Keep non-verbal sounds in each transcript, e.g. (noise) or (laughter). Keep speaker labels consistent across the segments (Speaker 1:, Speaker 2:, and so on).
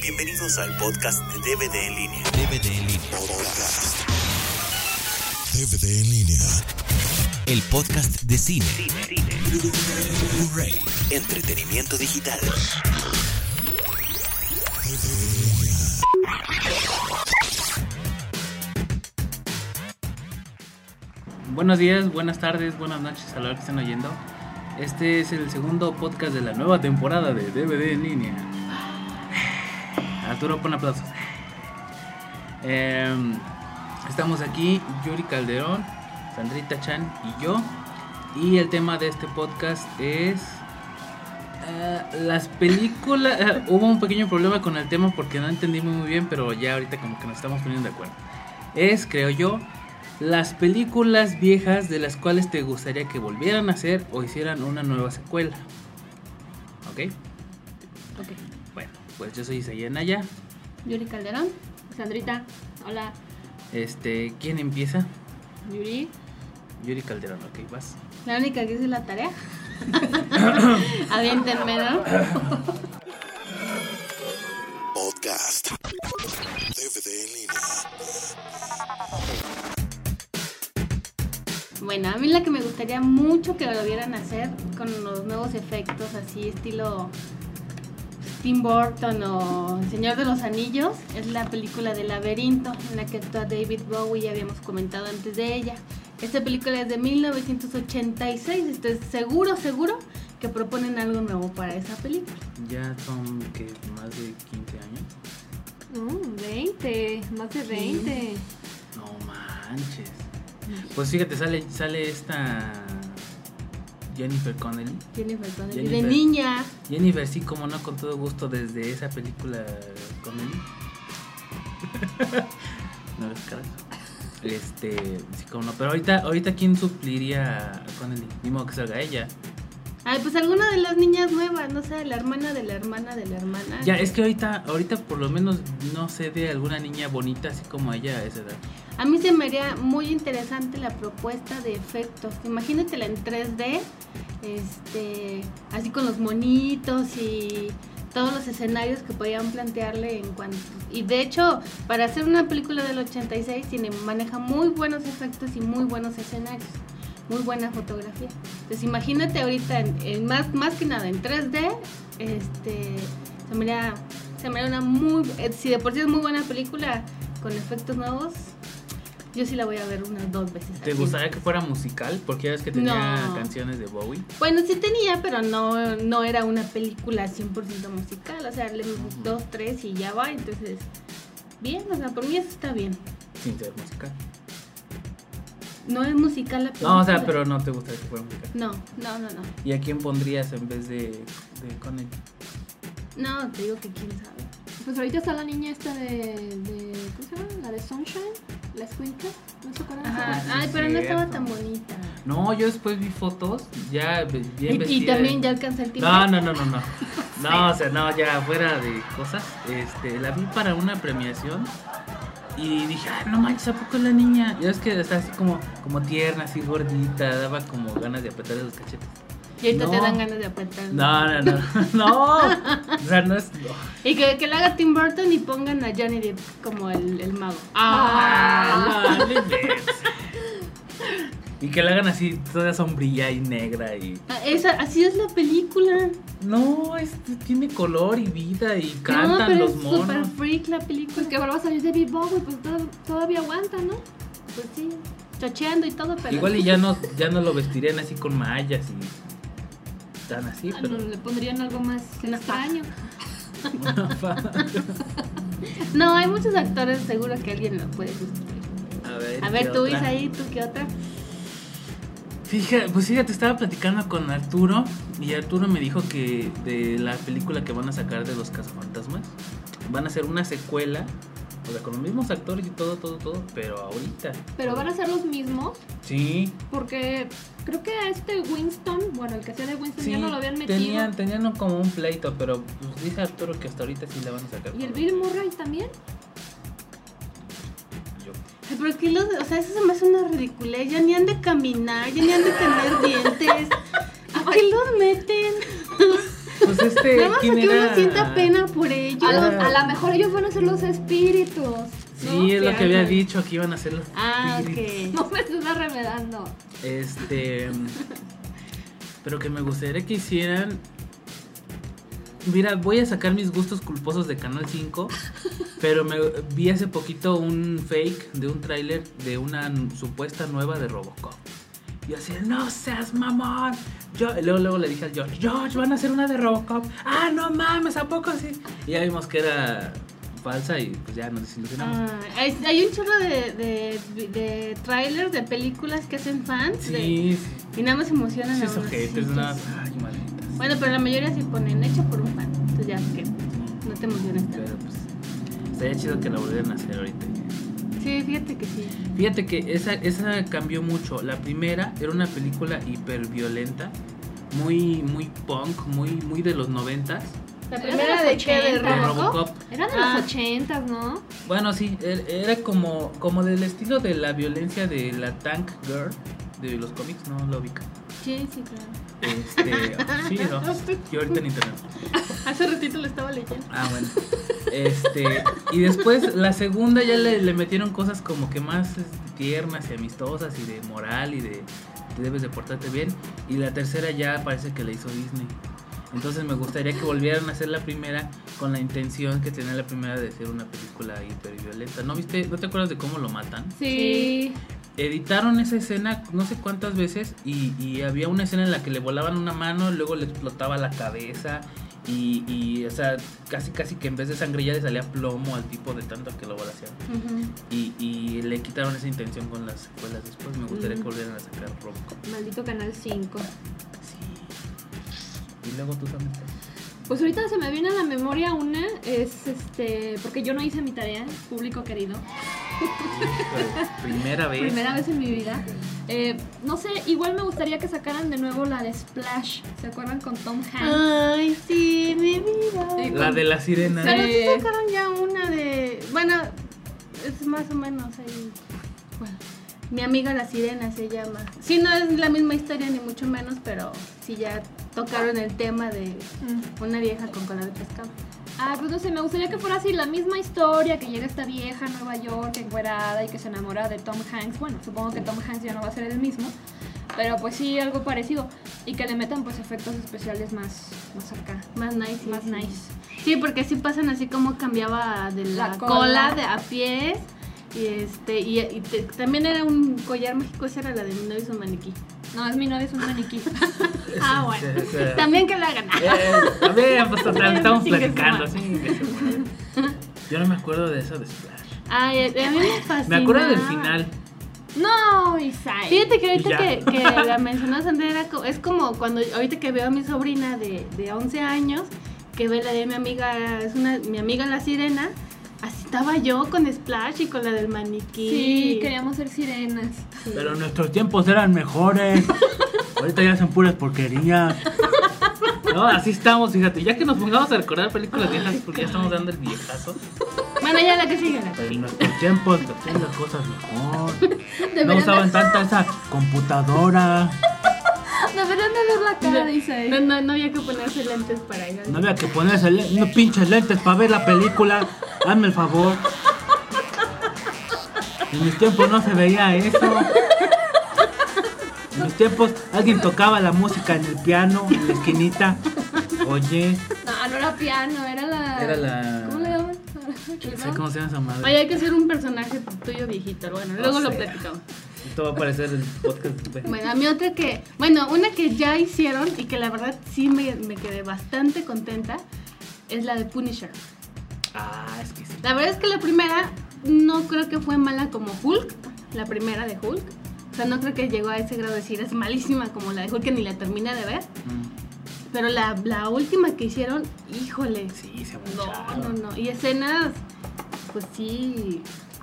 Speaker 1: Bienvenidos al podcast de DVD en línea. DVD en línea. Podcast.
Speaker 2: DVD en línea.
Speaker 1: El podcast de cine. Blu-ray. Entretenimiento digital.
Speaker 2: DVD en línea.
Speaker 3: Buenos días, buenas tardes, buenas noches a la hora que estén oyendo. Este es el segundo podcast de la nueva temporada de DVD en línea. Arturo, pon aplausos. Em, estamos aquí, Yuri Calderón, Sandrita Chan y yo. Y el tema de este podcast es eh, las películas. eh, hubo un pequeño problema con el tema porque no entendimos muy bien, pero ya ahorita como que nos estamos poniendo de acuerdo. Es, creo yo, las películas viejas de las cuales te gustaría que volvieran a hacer o hicieran una nueva secuela. ¿Ok?
Speaker 4: Ok.
Speaker 3: Bueno, pues yo soy Isaías ya
Speaker 4: Yuri Calderón. Sandrita. Hola,
Speaker 3: Este, ¿quién empieza?
Speaker 4: Yuri.
Speaker 3: Yuri Calderón, ok, vas.
Speaker 4: La única que hizo la tarea. (laughs) Aviéntenme, ¿no?
Speaker 2: Podcast. DVD en línea.
Speaker 4: Bueno, a mí la que me gustaría mucho que lo vieran hacer con los nuevos efectos, así estilo Tim Burton o El Señor de los Anillos, es la película del laberinto en la que actúa David Bowie, ya habíamos comentado antes de ella. Esta película es de 1986, estoy seguro, seguro que proponen algo nuevo para esa película.
Speaker 3: Ya son que más de 15 años.
Speaker 5: No, 20, más de 20.
Speaker 3: No manches. Pues fíjate, sale, sale esta Jennifer Connelly.
Speaker 4: Jennifer Connelly, de
Speaker 3: Jennifer.
Speaker 4: niña.
Speaker 3: Jennifer sí, como no, con todo gusto desde esa película Connelly. (laughs) no ves caras. Este, sí, como no. Pero ahorita, ahorita ¿quién supliría a Connelly? Ni modo que salga ella.
Speaker 4: Ay, pues alguna de las niñas nuevas, no sé, la hermana de la hermana de la hermana.
Speaker 3: Ya, es que ahorita, ahorita por lo menos no sé de alguna niña bonita así como ella a esa edad.
Speaker 4: A mí se me haría muy interesante la propuesta de efectos. Imagínatela en 3D, este, así con los monitos y todos los escenarios que podían plantearle en cuanto y de hecho para hacer una película del 86 tiene maneja muy buenos efectos y muy buenos escenarios muy buena fotografía entonces imagínate ahorita en, en más más que nada en 3D este se me haría- se me haría una muy eh, si de por sí es muy buena película con efectos nuevos yo sí la voy a ver unas dos veces
Speaker 3: ¿Te
Speaker 4: al
Speaker 3: gustaría
Speaker 4: tiempo.
Speaker 3: que fuera musical? Porque ya ves que tenía
Speaker 4: No.
Speaker 3: canciones de Bowie.
Speaker 4: Bueno, sí tenía, pero no, no era una película 100% musical. O sea, le dos, tres y ya va. Entonces, bien, o sea, por mí eso está bien.
Speaker 3: Sin ser musical.
Speaker 4: No es musical la película.
Speaker 3: No, o sea, pero no te gustaría que fuera musical.
Speaker 4: No, no, no, no.
Speaker 3: ¿Y a quién pondrías en vez de, de Connelly?
Speaker 4: No, te digo que quién sabe.
Speaker 5: Pues ahorita está la niña esta de, de- ¿Cómo se llama? La de Sunshine, la escuinca. ¿No se acuerdan?
Speaker 4: Ajá.
Speaker 3: Ah, sí,
Speaker 4: Ay,
Speaker 3: es
Speaker 4: pero no estaba
Speaker 3: cierto.
Speaker 4: tan bonita.
Speaker 3: No, yo después vi fotos ya ve- bien
Speaker 4: Y, y
Speaker 3: vestida.
Speaker 4: también ya alcancé el tiempo.
Speaker 3: No, no, no, no, no. No, o sea, no, ya fuera de cosas. Este, la vi para una premiación y dije, ah, no manches, ¿a poco es la niña? Ya es que está así como, como tierna, así gordita, daba como ganas de apretarle los cachetes.
Speaker 4: Y ahorita
Speaker 3: No.
Speaker 4: te dan ganas de apretar.
Speaker 3: No, no, (laughs) no, no. O sea, no es. no.
Speaker 4: Y que, que la haga Tim Burton y pongan a Johnny Depp como el, el mago.
Speaker 3: Ah, no, no inventes. Y que la hagan así, toda sombrilla y negra y.
Speaker 4: Ah, Esa, así es la película.
Speaker 3: No, es- tiene color y vida y
Speaker 4: no,
Speaker 3: cantan
Speaker 4: pero
Speaker 3: los
Speaker 4: es super
Speaker 3: monos.
Speaker 4: freak la película.
Speaker 5: Pues que vuelva a salir de B-Bob, pues to- todavía aguanta, ¿no?
Speaker 4: Pues sí, chocheando y todo, pero.
Speaker 3: Igual y ya no, ya no lo vestirían así con mallas y tan así,
Speaker 5: Ah,
Speaker 3: (laughs) pero
Speaker 5: no, le pondrían algo más
Speaker 4: Una
Speaker 5: extraño.
Speaker 3: una fama.
Speaker 4: No, hay muchos actores, seguro que alguien lo puede gustar.
Speaker 3: A ver,
Speaker 4: A
Speaker 3: ¿qué
Speaker 4: ver, tú,
Speaker 3: otra?
Speaker 4: Isaí, tú qué otra.
Speaker 3: Fíjate, pues fíjate, estaba platicando con Arturo y Arturo me dijo que de la película que van a sacar de los cazafantasmas van a hacer una secuela, o sea, con los mismos actores y todo, todo, todo, pero ahorita.
Speaker 5: Pero van a ser los mismos,
Speaker 3: Sí.
Speaker 5: porque creo que a este Winston, bueno, el que sea de Winston
Speaker 3: sí
Speaker 5: ya no lo habían metido.
Speaker 3: Tenían, tenían como un pleito, pero pues, dice Arturo que hasta ahorita sí la van a sacar.
Speaker 5: Y el
Speaker 3: video
Speaker 5: Bill Murray también.
Speaker 4: Ay, pero es que los. O sea, eso se me hace una ridiculez. Ya ni han (laughs) de caminar, ya ni han de tener dientes. ¿A qué los meten?
Speaker 3: Pues este.
Speaker 4: Nada más a
Speaker 3: ¿quién
Speaker 4: que
Speaker 3: era?
Speaker 4: uno sienta pena por ellos.
Speaker 5: A lo, a lo mejor ellos van a ser los espíritus.
Speaker 3: Ah. Sí, es lo que había dicho, que iban a ser los.
Speaker 4: Ah,
Speaker 3: espíritus.
Speaker 4: ok.
Speaker 5: No me estés arremedando.
Speaker 3: Este. pero que me gustaría que hicieran. Mira, voy a sacar mis gustos culposos de Canal 5, pero me vi hace poquito un fake de un tráiler de una n- supuesta nueva de Robocop. Y yo así, no seas mamón. Yo, y luego, luego le dije al George, George, van a hacer una de Robocop. Ah, no mames, ¿a poco sí? Y ya vimos que era falsa y pues ya nos desilusionamos.
Speaker 4: Ah, hay, hay un chorro de, de, de trailers de películas que hacen fans de-
Speaker 3: sí,
Speaker 4: y nada más se emocionan
Speaker 3: sí,
Speaker 4: a
Speaker 3: esos
Speaker 4: uno.
Speaker 3: ojetes,
Speaker 4: Entonces,
Speaker 3: nada. Ay, malditas.
Speaker 4: Bueno, pero la mayoría sí ponen hecho por un fan. Entonces ya que no te emocionas tanto.
Speaker 3: Pero pues estaría chido que la volvieran a hacer ahorita.
Speaker 4: Sí, fíjate que sí.
Speaker 3: Fíjate que esa, esa cambió mucho. La primera era una película hiperviolenta, muy, muy punk, muy, muy de los noventas.
Speaker 4: La
Speaker 5: Era de
Speaker 4: primera
Speaker 5: los
Speaker 4: de qué de
Speaker 5: 80,
Speaker 3: De
Speaker 5: ¿Robocop?
Speaker 4: Robocop.
Speaker 3: Robocop.
Speaker 5: Eran de
Speaker 4: Ah.
Speaker 5: los ochentas, ¿no?
Speaker 3: Bueno, sí, er- era como, como del estilo de la violencia de la Tank Girl de los cómics, no lo ubica.
Speaker 4: Sí, sí, claro.
Speaker 5: (laughs)
Speaker 3: Este, sí, no. Yo ahorita en internet.
Speaker 4: Hace ratito lo estaba leyendo.
Speaker 3: Ah, bueno. Este, y después la segunda ya le, le metieron cosas como que más es, tiernas y amistosas y de moral y de te debes de portarte bien. Y la tercera ya parece que la hizo Disney. Entonces me gustaría que volvieran a hacer la primera con la intención que tenía la primera de ser una película hiperviolenta. ¿No viste? ¿No te acuerdas de cómo lo matan?
Speaker 4: Sí.
Speaker 3: editaron esa escena no sé cuántas veces y, y había una escena en la que le volaban una mano, luego le explotaba la cabeza y, y, o sea, casi casi que en vez de sangre ya le salía plomo al tipo de tanto que lo volaseaban.
Speaker 4: Ujú.
Speaker 3: Y, y le quitaron esa intención con las secuelas después. Me gustaría que volvieran a sacar Robocop.
Speaker 5: Maldito Canal 5.
Speaker 3: Y luego tú también.
Speaker 5: Pues ahorita se me viene a la memoria una, es este, porque yo no hice mi tarea, público querido,
Speaker 4: (laughs)
Speaker 3: primera vez.
Speaker 5: primera vez en mi vida. Eh, no sé, igual me gustaría que sacaran de nuevo la de Splash, ¿se acuerdan con Tom Hanks?
Speaker 4: Ay, sí, mi vida.
Speaker 5: Eh,
Speaker 3: La de la sirena.
Speaker 4: Pero
Speaker 5: Sí.
Speaker 4: sí sacaron ya una de. Bueno, es más o menos ahí. Bueno, mi amiga la sirena se llama. Sí, no es la misma historia, ni mucho menos, pero sí ya tocaron el tema de
Speaker 5: Mm.
Speaker 4: una vieja con cola de pescado.
Speaker 5: Ah, pues no sé, me gustaría que fuera así la misma historia, que llega esta vieja a Nueva York encuerada y que se enamora de Tom Hanks. Bueno, supongo que Tom Hanks ya no va a ser el mismo, pero pues sí, algo parecido. Y que le metan pues efectos especiales más, más acá,
Speaker 4: Más nice. sí,
Speaker 5: más
Speaker 4: sí.
Speaker 5: nice.
Speaker 4: Sí, porque sí pasan así como cambiaba de la,
Speaker 5: La cola.
Speaker 4: cola. de a pies. Y este, y, y te- también era un collar mágico, esa era la de mi novio y su maniquí.
Speaker 5: No, es mi novio, es un maniquí. (laughs)
Speaker 4: Ah,
Speaker 3: Sí,
Speaker 4: bueno.
Speaker 3: o sea,
Speaker 4: También que la hagan.
Speaker 3: Eh, a ver, pues total, estamos
Speaker 4: Chingue su
Speaker 3: platicando.
Speaker 4: madre.
Speaker 3: chingue su madre.
Speaker 4: (laughs)
Speaker 3: Yo no me acuerdo de eso de Splash.
Speaker 4: Ay, a mí me fascina.
Speaker 3: Me acuerdo del final.
Speaker 5: no, Isai.
Speaker 4: Fíjate que
Speaker 3: Y ya.
Speaker 4: ahorita que, que la mencionas, Andrea, era co- es como cuando ahorita que veo a mi sobrina de, de 11 años, que ve la de mi amiga, es una, mi amiga la sirena, así estaba yo con Splash y con la del maniquí.
Speaker 5: Sí, queríamos ser sirenas. (laughs)
Speaker 3: Pero nuestros tiempos eran mejores. Ahorita ya son puras porquerías. No, así estamos, fíjate. Ya que nos pongamos a recordar películas viejas, porque ya estamos dando el viejazo.
Speaker 4: Bueno, ya la que sigue. la-
Speaker 3: Pero en nuestros tiempos se hacían las cosas mejor. No
Speaker 5: Deberían,
Speaker 3: usaban tanta esa computadora.
Speaker 5: de, deberían de ver la cara de Isai.
Speaker 4: No, no, no había que ponerse lentes para ir al-
Speaker 3: No había que ponerse le- no pinches lentes para ver la película. Hazme el favor. En mis tiempos no se veía eso. En mis tiempos alguien tocaba la música en el piano, en la esquinita. Oye.
Speaker 5: No, no era piano, era la...
Speaker 3: Era la-
Speaker 5: ¿Cómo le llaman?
Speaker 3: sé cómo se llama esa
Speaker 4: Oye,
Speaker 3: madre.
Speaker 4: hay que hacer un personaje tuyo viejito. Bueno, luego lo
Speaker 3: sea.
Speaker 4: platicamos.
Speaker 3: Esto va a aparecer en el podcast. güey.
Speaker 4: Bueno, a mí otra que, bueno, una que ya hicieron y que la verdad sí me, me quedé bastante contenta es la de Punisher.
Speaker 3: Ah, es que sí.
Speaker 4: La verdad es que la primera no creo que fue mala como Hulk, la primera de Hulk. O sea, no creo que llegó a ese grado de decir es malísima como la de Hulk que ni la terminé de ver.
Speaker 3: Mm,
Speaker 4: Pero la, la última que hicieron, híjole.
Speaker 3: Sí, se
Speaker 4: No,
Speaker 3: mancharon.
Speaker 4: no, no. Y escenas, pues sí,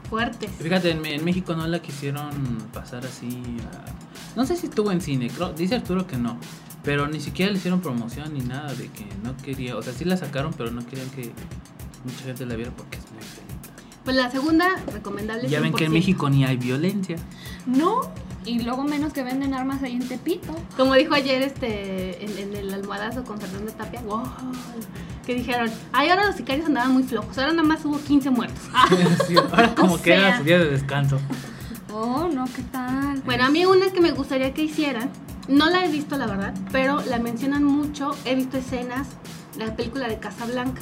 Speaker 4: fuertes.
Speaker 3: Fíjate, en, en México no la quisieron pasar así. a- No sé si estuvo en cine, creo- dice Arturo que no. Pero ni siquiera le hicieron promoción ni nada de que no quería. O sea, sí la sacaron, pero no querían que mucha gente la viera porque es muy violenta.
Speaker 4: Pues la segunda, recomendable.
Speaker 3: Ya ven que en
Speaker 4: 100%.
Speaker 3: México ni hay violencia.
Speaker 5: No, Y luego menos que venden armas ahí en Tepito.
Speaker 4: Como dijo ayer este en, en el almohadazo con Fernando Tapia, wow, que dijeron, ay, ahora los sicarios andaban muy flojos, ahora nada más hubo 15 muertos.
Speaker 3: (laughs) Sí, ahora como
Speaker 5: O
Speaker 3: que era
Speaker 5: sea.
Speaker 3: su día de descanso.
Speaker 5: Oh, no, ¿qué tal?
Speaker 4: Bueno, a mí una que me gustaría que hicieran, no la he visto la verdad, pero la mencionan mucho, he visto escenas, de la película de Casablanca.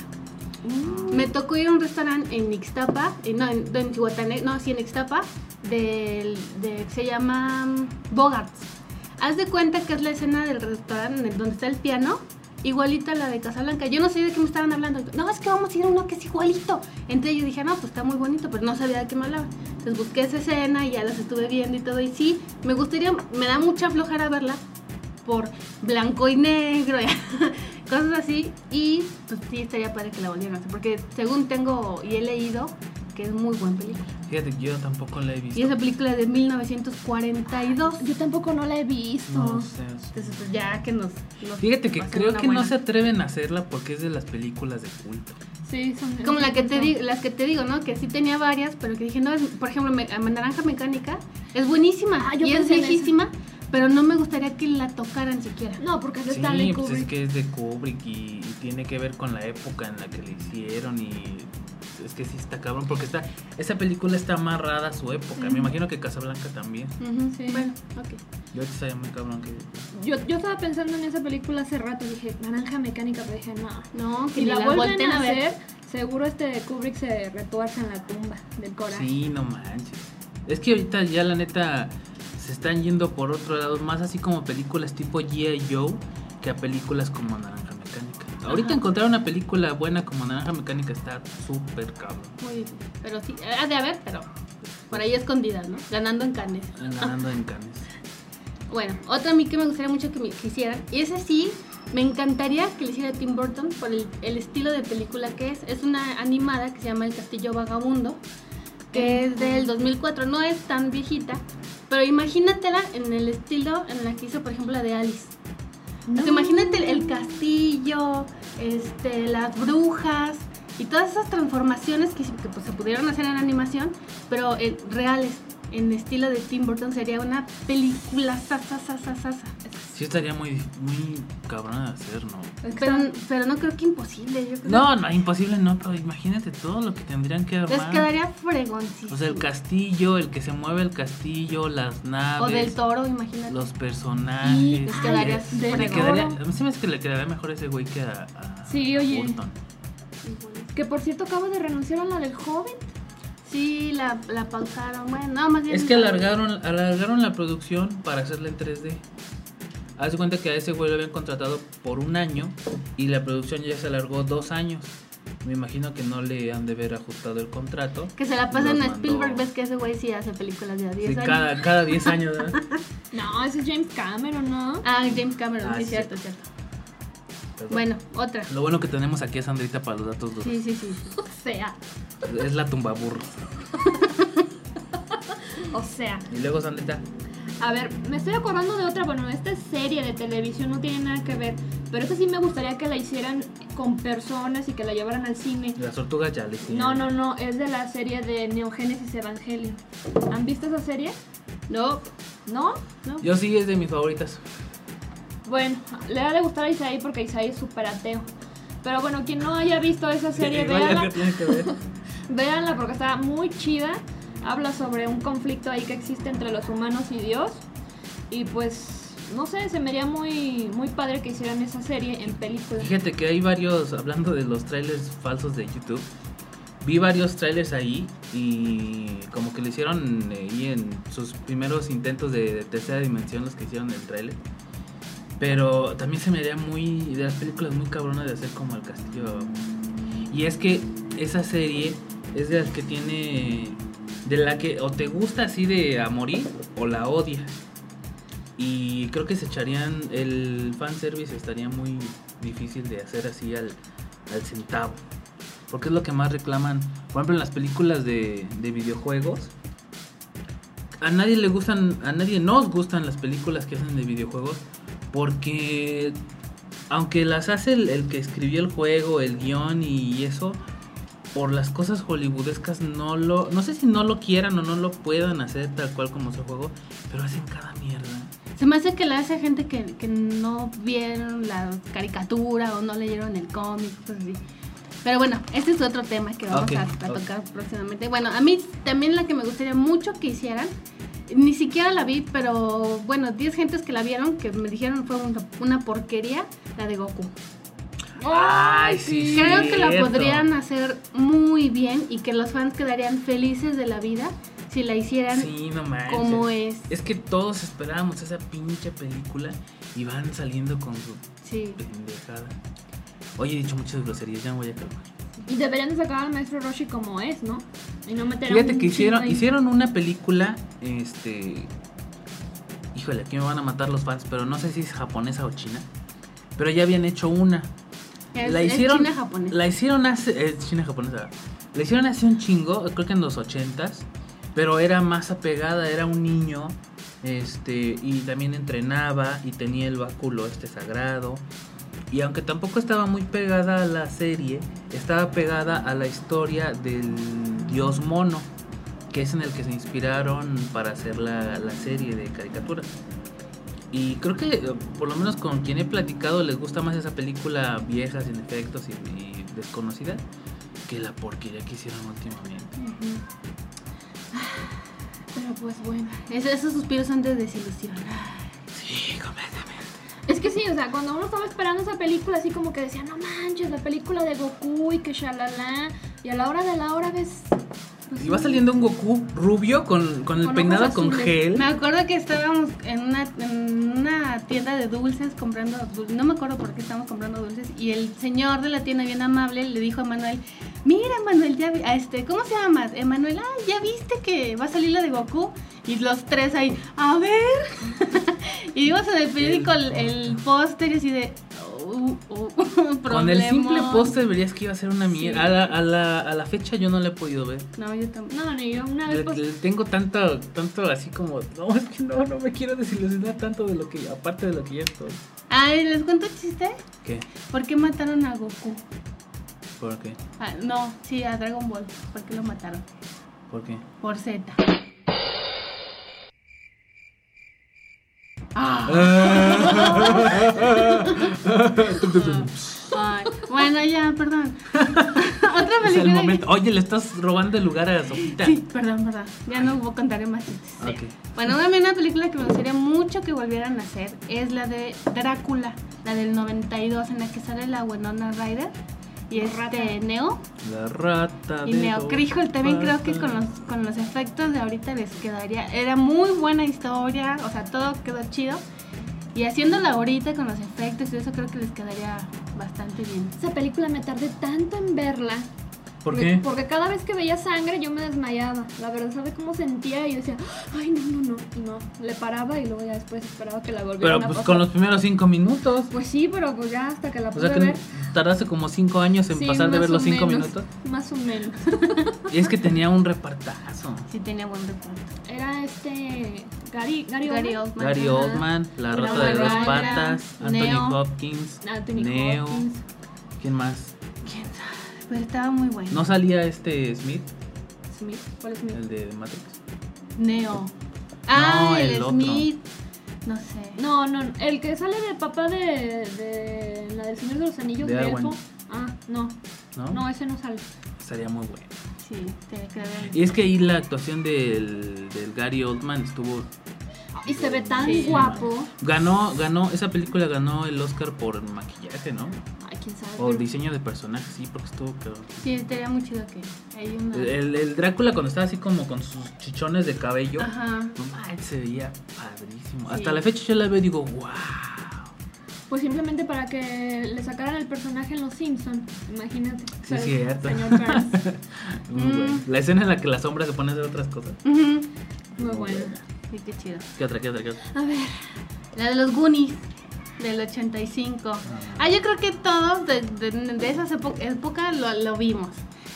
Speaker 4: Me tocó ir a un restaurante en Ixtapa, en- no, en, en Cihuatanejo, no, sí, en Ixtapa, del- de- se llama mm, Bogarts. Haz de cuenta que es la escena del restaurante en el- donde está el piano, igualita a la de Casablanca. Yo no sé de qué me estaban hablando. No, es que vamos a ir a uno que es igualito. Entré y yo dije, no, pues está muy bonito, pero no sabía de qué me hablaban. Entonces busqué esa escena y ya las estuve viendo y todo. Y sí, me gustaría, me da mucha flojera verla por blanco y negro, (laughs) cosas así. Y pues sí, estaría padre que la volvieran a hacer, porque según tengo y he leído, que es muy buena película.
Speaker 3: Fíjate que yo tampoco la he
Speaker 4: Y
Speaker 3: visto.
Speaker 4: esa película es de 1942.
Speaker 5: Yo tampoco no la he visto.
Speaker 3: No sé.
Speaker 4: Entonces, pues, ya que nos. nos
Speaker 3: Fíjate que
Speaker 4: pasen
Speaker 3: creo
Speaker 4: una
Speaker 3: que no
Speaker 4: buena.
Speaker 3: se atreven a hacerla porque es de las películas de culto.
Speaker 5: Sí, son de-
Speaker 4: Como la que te
Speaker 5: son-
Speaker 4: di- las que te digo, ¿no? Que sí tenía varias, pero que dije, no, es- por ejemplo, me- Naranja Mecánica es buenísima
Speaker 5: Ah, yo
Speaker 4: y es
Speaker 5: pensé en esa.
Speaker 4: viejísima, pero no me gustaría que la tocaran siquiera.
Speaker 5: No, porque es de
Speaker 3: Sí,
Speaker 5: Stanley
Speaker 3: pues es
Speaker 5: Kubrick.
Speaker 3: que es de Kubrick y, y tiene que ver con la época en la que le hicieron y es que sí está cabrón porque está esa película está amarrada a su época. Me
Speaker 5: Ujú.
Speaker 3: imagino que Casablanca también.
Speaker 4: Ujú,
Speaker 5: Sí.
Speaker 4: Bueno, ok.
Speaker 3: Yo te sabía muy cabrón que
Speaker 5: Yo, yo estaba pensando en esa película hace rato, dije, naranja mecánica, pero dije, no.
Speaker 4: No, que
Speaker 5: Si
Speaker 4: ni
Speaker 5: la
Speaker 4: la
Speaker 5: vuelven
Speaker 4: volteen
Speaker 5: a
Speaker 4: a ver.
Speaker 5: hacer, seguro este de Kubrick se retuerce en la tumba del coraje.
Speaker 3: sí, no manches. Es que ahorita ya la neta se están yendo por otro lado más así como películas tipo G.I. Joe que a películas como Naranja Mecánica. Ahorita encontrar una película buena como Naranja Mecánica está súper cabrón.
Speaker 4: Muy bien. Pero sí, ha de haber, pero por ahí escondidas, ¿no? Ganando en Cannes.
Speaker 3: Ganando en Cannes.
Speaker 4: Bueno, otra a mí que me gustaría mucho que me que hicieran, y esa sí, me encantaría que le hiciera Tim Burton por el, el estilo de película que es. Es una animada que se llama El Castillo Vagabundo, que es del 2004, no es tan viejita, pero imagínatela en el estilo en la que hizo, por ejemplo, la de Alice. O sea, Pues imagínate el, el castillo, este, las brujas y todas esas transformaciones que, se- que, pues, se pudieron hacer en animación, pero eh, reales, en estilo de Tim Burton, sería una película sasa, sasa, sasa.
Speaker 3: Sí estaría muy, muy cabrón de hacer, ¿no?
Speaker 4: Pero, pero no creo que imposible. Yo creo
Speaker 3: No, no, imposible no, pero imagínate todo lo que tendrían que
Speaker 4: Les
Speaker 3: armar.
Speaker 4: quedaría fregoncísimo.
Speaker 3: O sea, Pues el castillo, el que se mueve el castillo, las naves.
Speaker 4: O del toro, imagínate.
Speaker 3: Los
Speaker 4: Y
Speaker 3: personajes.
Speaker 4: les quedaría
Speaker 3: eh,
Speaker 5: de
Speaker 3: le
Speaker 5: regalo.
Speaker 3: quedaría, a mí se me hace que le quedaría mejor a ese güey que a, a
Speaker 5: Sí, oye.
Speaker 3: Burton.
Speaker 5: Que por cierto acabo de renunciar a la del joven.
Speaker 4: Sí, la, la pausaron. Bueno, no, más bien.
Speaker 3: Es que alargaron, alargaron la producción para hacerla en 3D. Haz de cuenta que a ese güey lo habían contratado por un año y la producción ya se alargó dos años. Me imagino que no le han de haber ajustado el contrato.
Speaker 4: Que se la pasen
Speaker 3: Los
Speaker 4: a
Speaker 3: mandó-
Speaker 4: Spielberg. Ves que ese güey sí hace películas de a 10
Speaker 3: Sí,
Speaker 4: años.
Speaker 3: cada, cada 10 años, ¿verdad?
Speaker 5: (laughs) No, ese es James Cameron, ¿no?
Speaker 4: Ah, James Cameron,
Speaker 3: Ah,
Speaker 4: sí,
Speaker 3: sí.
Speaker 4: cierto, cierto.
Speaker 3: Perdón.
Speaker 4: Bueno, otra.
Speaker 3: Lo bueno que tenemos aquí a Sandrita para los datos duros.
Speaker 4: Sí, sí, sí.
Speaker 5: (laughs) O sea,
Speaker 3: Es la tumbaburro.
Speaker 5: o sea.
Speaker 3: Y luego Sandrita.
Speaker 5: A ver, me estoy acordando de otra, bueno, esta es serie de televisión, no tiene nada que ver, pero esta sí me gustaría que la hicieran con personas y que la llevaran al cine.
Speaker 3: Las tortugas ya le
Speaker 5: No, no, no, es de la serie de Neogénesis Evangelion. ¿Han visto esa serie?
Speaker 4: No,
Speaker 5: ¿No? ¿No?
Speaker 3: Yo sí es de mis favoritas.
Speaker 5: Bueno, le ha de gustar a Isaí porque Isaí es súper ateo. Pero bueno, quien no haya visto esa
Speaker 3: (laughs)
Speaker 5: serie,
Speaker 3: Igual ya
Speaker 5: véanla.
Speaker 3: que tiene que ver.
Speaker 5: Véanla porque está muy chida. Habla sobre un conflicto ahí que existe entre los humanos y Dios. Y pues, no sé, se me haría muy, muy padre que hicieran esa serie en película.
Speaker 3: Fíjate que hay varios, hablando de los trailers falsos de YouTube, vi varios trailers ahí y como que lo hicieron ahí en sus primeros intentos de, de tercera dimensión, los que hicieron el trailer. Pero también se me haría muy, de las películas muy cabronas de hacer como El Castillo. Y es que esa serie es de las que tiene, de la que o te gusta así de a morir o la odias. Y creo que se echarían, el fanservice estaría muy difícil de hacer así al, al centavo. Porque es lo que más reclaman, por ejemplo, en las películas de, de videojuegos. A nadie le gustan, a nadie nos gustan las películas que hacen de videojuegos. Porque aunque las hace el, el que escribió el juego, el guión y eso, por las cosas hollywoodescas no lo no sé si no lo quieran o no lo puedan hacer tal cual como se jugó, pero hacen cada mierda.
Speaker 4: Se me hace que la hace gente que, que no vieron la caricatura o no leyeron el cómic, cosas así. Pero bueno, este es otro tema que vamos
Speaker 3: Ok,
Speaker 4: a, a
Speaker 3: ok.
Speaker 4: tocar próximamente. Bueno, a mí también la que me gustaría mucho que hicieran, ni siquiera la vi, pero bueno, 10 gentes que la vieron que me dijeron fue una, una porquería, la de Goku.
Speaker 3: Ay, sí.
Speaker 4: Creo que la
Speaker 3: cierto.
Speaker 4: podrían hacer muy bien y que los fans quedarían felices de la vida si la hicieran
Speaker 3: Sí, no manches.
Speaker 4: como es.
Speaker 3: Es que todos esperábamos esa pinche película y van saliendo con su
Speaker 4: Sí.
Speaker 3: pendejada. Oye, he dicho muchas groserías, ya me voy a calmar.
Speaker 5: Y deberían de sacar al maestro Roshi como es, ¿no? Y no meter a
Speaker 3: Fíjate
Speaker 5: un
Speaker 3: que hicieron,
Speaker 5: chingo ahí.
Speaker 3: hicieron una película, este... Híjole, aquí me van a matar los fans, pero no sé si es japonesa o china. Pero ya habían hecho una.
Speaker 4: Es,
Speaker 3: la
Speaker 4: es
Speaker 3: hicieron,
Speaker 4: China japonesa.
Speaker 3: La hicieron hace. Es China japonesa. La hicieron hace un chingo, creo que en los ochentas. Pero era más apegada, era un niño. Este. Y también entrenaba. Y tenía el báculo este sagrado. Y aunque tampoco estaba muy pegada a la serie, estaba pegada a la historia del dios mono. Que es en el que se inspiraron para hacer la, la serie de caricaturas. Y creo que, eh, por lo menos con quien he platicado, les gusta más esa película vieja, sin efectos y, y desconocida, que la porquería que hicieron últimamente.
Speaker 4: Ujú. Pero pues bueno, es- esos suspiros son de desilusión.
Speaker 3: Sí, completamente.
Speaker 5: Es que sí, o sea, cuando uno estaba esperando esa película, así como que decía, no manches, la película de Goku y que shalala. Y a la hora de la hora ves. pues,
Speaker 3: Y va saliendo un Goku rubio con, con el
Speaker 5: Con
Speaker 3: peinado
Speaker 5: ojos
Speaker 3: con
Speaker 5: azules.
Speaker 3: gel.
Speaker 4: Me acuerdo que estábamos en una, en una tienda de dulces comprando dulces. No me acuerdo por qué estábamos comprando dulces. Y el señor de la tienda, bien amable, le dijo a Manuel: Mira, Manuel, ya vi- a este, ¿cómo se llama? Emanuel, ah, ya viste que va a salir la de Goku. Y los tres ahí, a ver. (laughs) y vimos en el periódico el, el póster y así de. "Oh, oh, (laughs)
Speaker 3: Con el simple
Speaker 4: problemón".
Speaker 3: póster verías que iba a ser una mierda.
Speaker 4: Sí.
Speaker 3: A, la, a la- a la fecha yo no la he podido ver.
Speaker 4: No, yo tampoco.
Speaker 5: No, ni yo, una vez
Speaker 3: Le-
Speaker 5: pues,
Speaker 3: le tengo tanto, tanto así como, no, es que no, no me quiero desilusionar tanto de lo que, aparte de lo que ya estoy.
Speaker 4: Ay, ¿les cuento el chiste?
Speaker 3: ¿Qué?
Speaker 4: ¿Por qué mataron a Goku?
Speaker 3: ¿Por qué?
Speaker 4: Ah, no, sí, a Dragon Ball. ¿Por qué lo mataron?
Speaker 3: ¿Por (laughs) qué?
Speaker 4: Por Z. Ay, bueno, ya, (laughs) perdón. Otra
Speaker 3: Es el
Speaker 4: película.
Speaker 3: momento. Oye, le estás robando el lugar a Sofita.
Speaker 4: Sí, perdón, perdón. Ya no voy a contar más chistes.
Speaker 3: Ok.
Speaker 4: Bueno, una, una película que me gustaría mucho que volvieran a hacer es la de Drácula, la del 92, en la que sale la Winona Ryder y este Neo.
Speaker 3: La rata.
Speaker 4: Y
Speaker 3: de
Speaker 4: Neo
Speaker 3: dos
Speaker 4: Crijol también creo que con los,
Speaker 3: patas.
Speaker 4: con los efectos de ahorita les quedaría. Era muy buena historia, o sea, todo quedó chido. Y haciéndola ahorita con los efectos y eso creo que les quedaría bastante bien.
Speaker 5: esa película me tardé tanto en verla.
Speaker 3: ¿Por
Speaker 5: Me-
Speaker 3: qué?
Speaker 5: Porque cada vez que veía sangre yo me desmayaba. La verdad, ¿sabe cómo sentía? Y yo decía, ay, no, no, no. Y no, le paraba y luego ya después esperaba que la volviera
Speaker 3: Pero
Speaker 5: a
Speaker 3: pues
Speaker 5: pasar.
Speaker 3: con los primeros cinco minutos.
Speaker 5: Pues sí, pero pues ya hasta que la
Speaker 3: O
Speaker 5: pude
Speaker 3: sea que
Speaker 5: ver.
Speaker 3: tardaste como cinco años en
Speaker 5: Sí,
Speaker 3: pasar de
Speaker 5: más
Speaker 3: ver los
Speaker 5: o
Speaker 3: cinco
Speaker 5: menos,
Speaker 3: minutos.
Speaker 5: Más o menos.
Speaker 3: Y es que tenía un repartazo.
Speaker 4: Sí tenía buen recuerdo.
Speaker 5: Era este. Gary, Gary,
Speaker 4: Gary
Speaker 5: Oldman.
Speaker 4: Oldman.
Speaker 3: Gary Oldman, La
Speaker 4: Winona
Speaker 3: Rata de dos
Speaker 4: Ryder,
Speaker 3: Patas, Anthony
Speaker 4: Neo.
Speaker 3: Hopkins,
Speaker 5: Anthony
Speaker 3: Neo.
Speaker 5: Hopkins.
Speaker 3: ¿Quién más?
Speaker 4: ¿Quién sabe? Pero estaba muy bueno.
Speaker 3: ¿No salía este Smith,
Speaker 5: Smith. ¿Cuál es Smith?
Speaker 3: el de Matrix?
Speaker 4: Neo. Ah, el,
Speaker 3: el otro.
Speaker 4: Smith. No sé.
Speaker 5: No, no, no, el que sale de papá de, de la del Señor de los Anillos,
Speaker 3: De
Speaker 5: de
Speaker 3: Arwen.
Speaker 5: Elfo. Ah, no,
Speaker 3: ¿No?
Speaker 5: no, ese no sale.
Speaker 3: Estaría muy bueno.
Speaker 4: Sí, tenía que ver.
Speaker 3: Y es que ahí la actuación del, del Gary Oldman estuvo
Speaker 5: Y se ve tan
Speaker 3: Sí.
Speaker 5: guapo.
Speaker 3: Ganó, ganó, esa película ganó el Oscar por maquillaje, ¿no?
Speaker 5: Ay, quién sabe.
Speaker 3: O
Speaker 5: pero-
Speaker 3: diseño de personaje, sí, porque estuvo cabrón.
Speaker 4: Sí, estaría muy chido que hay una...
Speaker 3: El, el Drácula cuando estaba así como con sus chichones de cabello,
Speaker 4: Ajá.
Speaker 3: no manches, se veía padrísimo.
Speaker 4: Sí.
Speaker 3: Hasta la fecha yo la veo y digo, wow.
Speaker 5: Pues simplemente para que le sacaran el personaje en Los Simpsons, imagínate.
Speaker 3: Sí, es
Speaker 5: ¿sabes?
Speaker 3: cierto. (laughs)
Speaker 5: Señor Burns.
Speaker 3: Muy
Speaker 4: Mm.
Speaker 3: bueno. La escena en la que la sombra se pone a hacer otras cosas.
Speaker 4: Ujú.
Speaker 5: Muy bueno.
Speaker 4: Sí, qué chido.
Speaker 3: ¿Qué otra, qué otra, qué otra?
Speaker 4: A ver, la de los Goonies del 85. Ah, yo creo que todos de, de, de esas epo- épocas lo, lo vimos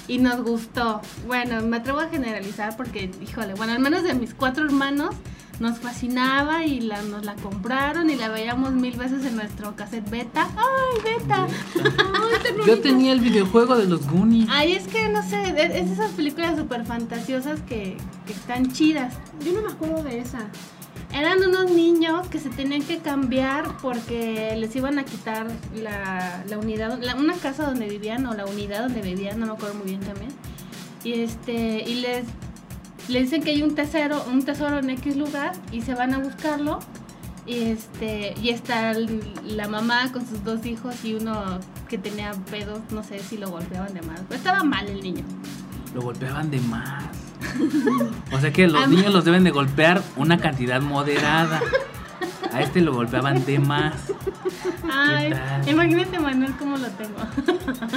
Speaker 4: y nos gustó. Bueno, me atrevo a generalizar porque, híjole, bueno, al menos de mis cuatro hermanos, nos fascinaba y la, nos la compraron y la veíamos mil veces en nuestro cassette beta. ¡Ay, beta!
Speaker 3: Yo tenía el videojuego de los Goonies.
Speaker 4: Ay, es que no sé, es, es esas películas súper fantasiosas que, que están chidas.
Speaker 5: Yo no me acuerdo de esa.
Speaker 4: Eran unos niños que se tenían que cambiar porque les iban a quitar la, la unidad, la- una casa donde vivían o la unidad donde vivían, no me acuerdo muy bien también. Y este y les, le dicen que hay un tesoro, un tesoro en X lugar y se van a buscarlo. Y este y está el- la mamá con sus dos hijos y uno que tenía pedos, no sé si lo golpeaban de más, pero estaba mal el niño.
Speaker 3: Lo golpeaban de
Speaker 4: (laughs)
Speaker 3: más. O sea que los
Speaker 4: Am-
Speaker 3: niños los deben de golpear una cantidad moderada. A este lo golpeaban de más.
Speaker 4: Ay,
Speaker 3: tal?
Speaker 4: imagínate Manuel cómo lo tengo.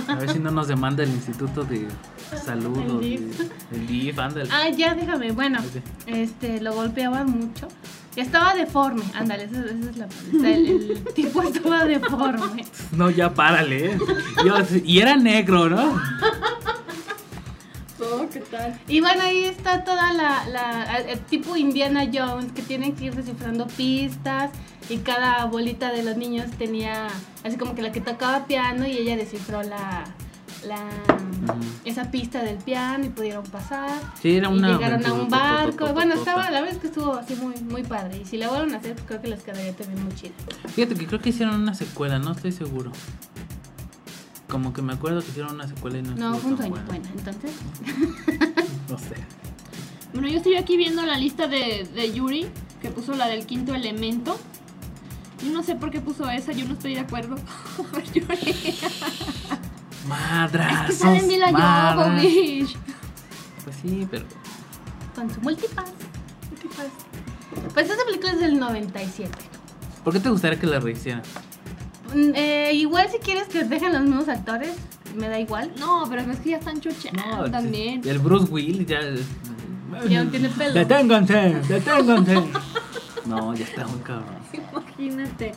Speaker 3: A ver si no nos demanda el Instituto de Salud o
Speaker 4: El
Speaker 3: de-
Speaker 4: DIF.
Speaker 3: el DIF, ándale.
Speaker 4: Ah, ya, déjame. Bueno,
Speaker 3: Ok.
Speaker 4: este, lo golpeaba mucho. Y estaba deforme. Ándale, esa, esa es la palabra. El, el tipo estaba deforme.
Speaker 3: No, ya párale. ¿eh? Yo- y era negro, ¿no?
Speaker 5: Oh, ¿qué tal?
Speaker 4: Y bueno, ahí está toda la, la- el tipo Indiana Jones, que tienen que ir descifrando pistas. Y cada bolita de los niños tenía, así como que la que tocaba piano y ella descifró la, la esa pista del piano y pudieron pasar.
Speaker 3: Sí, era una
Speaker 4: y llegaron a un
Speaker 3: aventura,
Speaker 4: barco.
Speaker 3: totototota.
Speaker 4: Bueno, estaba, la verdad es que estuvo así muy, muy padre. Y si la vuelven a hacer, pues creo que les quedaría también muy chida.
Speaker 3: Fíjate que creo que hicieron una secuela, no estoy seguro. Como que me acuerdo que hicieron una secuela y no
Speaker 4: No,
Speaker 3: estuvo
Speaker 4: fue un
Speaker 3: tan
Speaker 4: sueño.
Speaker 3: buena.
Speaker 4: Bueno, entonces.
Speaker 3: No
Speaker 4: (laughs)
Speaker 3: sé.
Speaker 5: Bueno, yo estoy aquí viendo la lista de, de Yuri, que puso la del quinto elemento. Yo no sé por qué puso esa, yo no estoy de acuerdo. (laughs) Yuri. Que
Speaker 3: Madrazos.
Speaker 5: salen Mila
Speaker 3: madra-
Speaker 5: Jovovich.
Speaker 3: Pues sí, pero
Speaker 4: Con su multipass. Pues esa película es del 97.
Speaker 3: ¿por qué te gustaría que la rehicieran?
Speaker 4: Mm, eh, igual si quieres que dejen los mismos actores, me da igual.
Speaker 5: No, pero es que ya están chuchando
Speaker 3: No,
Speaker 5: también.
Speaker 3: El Bruce Will ya
Speaker 4: Ya no tiene pelo.
Speaker 3: Deténganse, deténganse. No, ya está muy cabrón.
Speaker 5: Imagínate.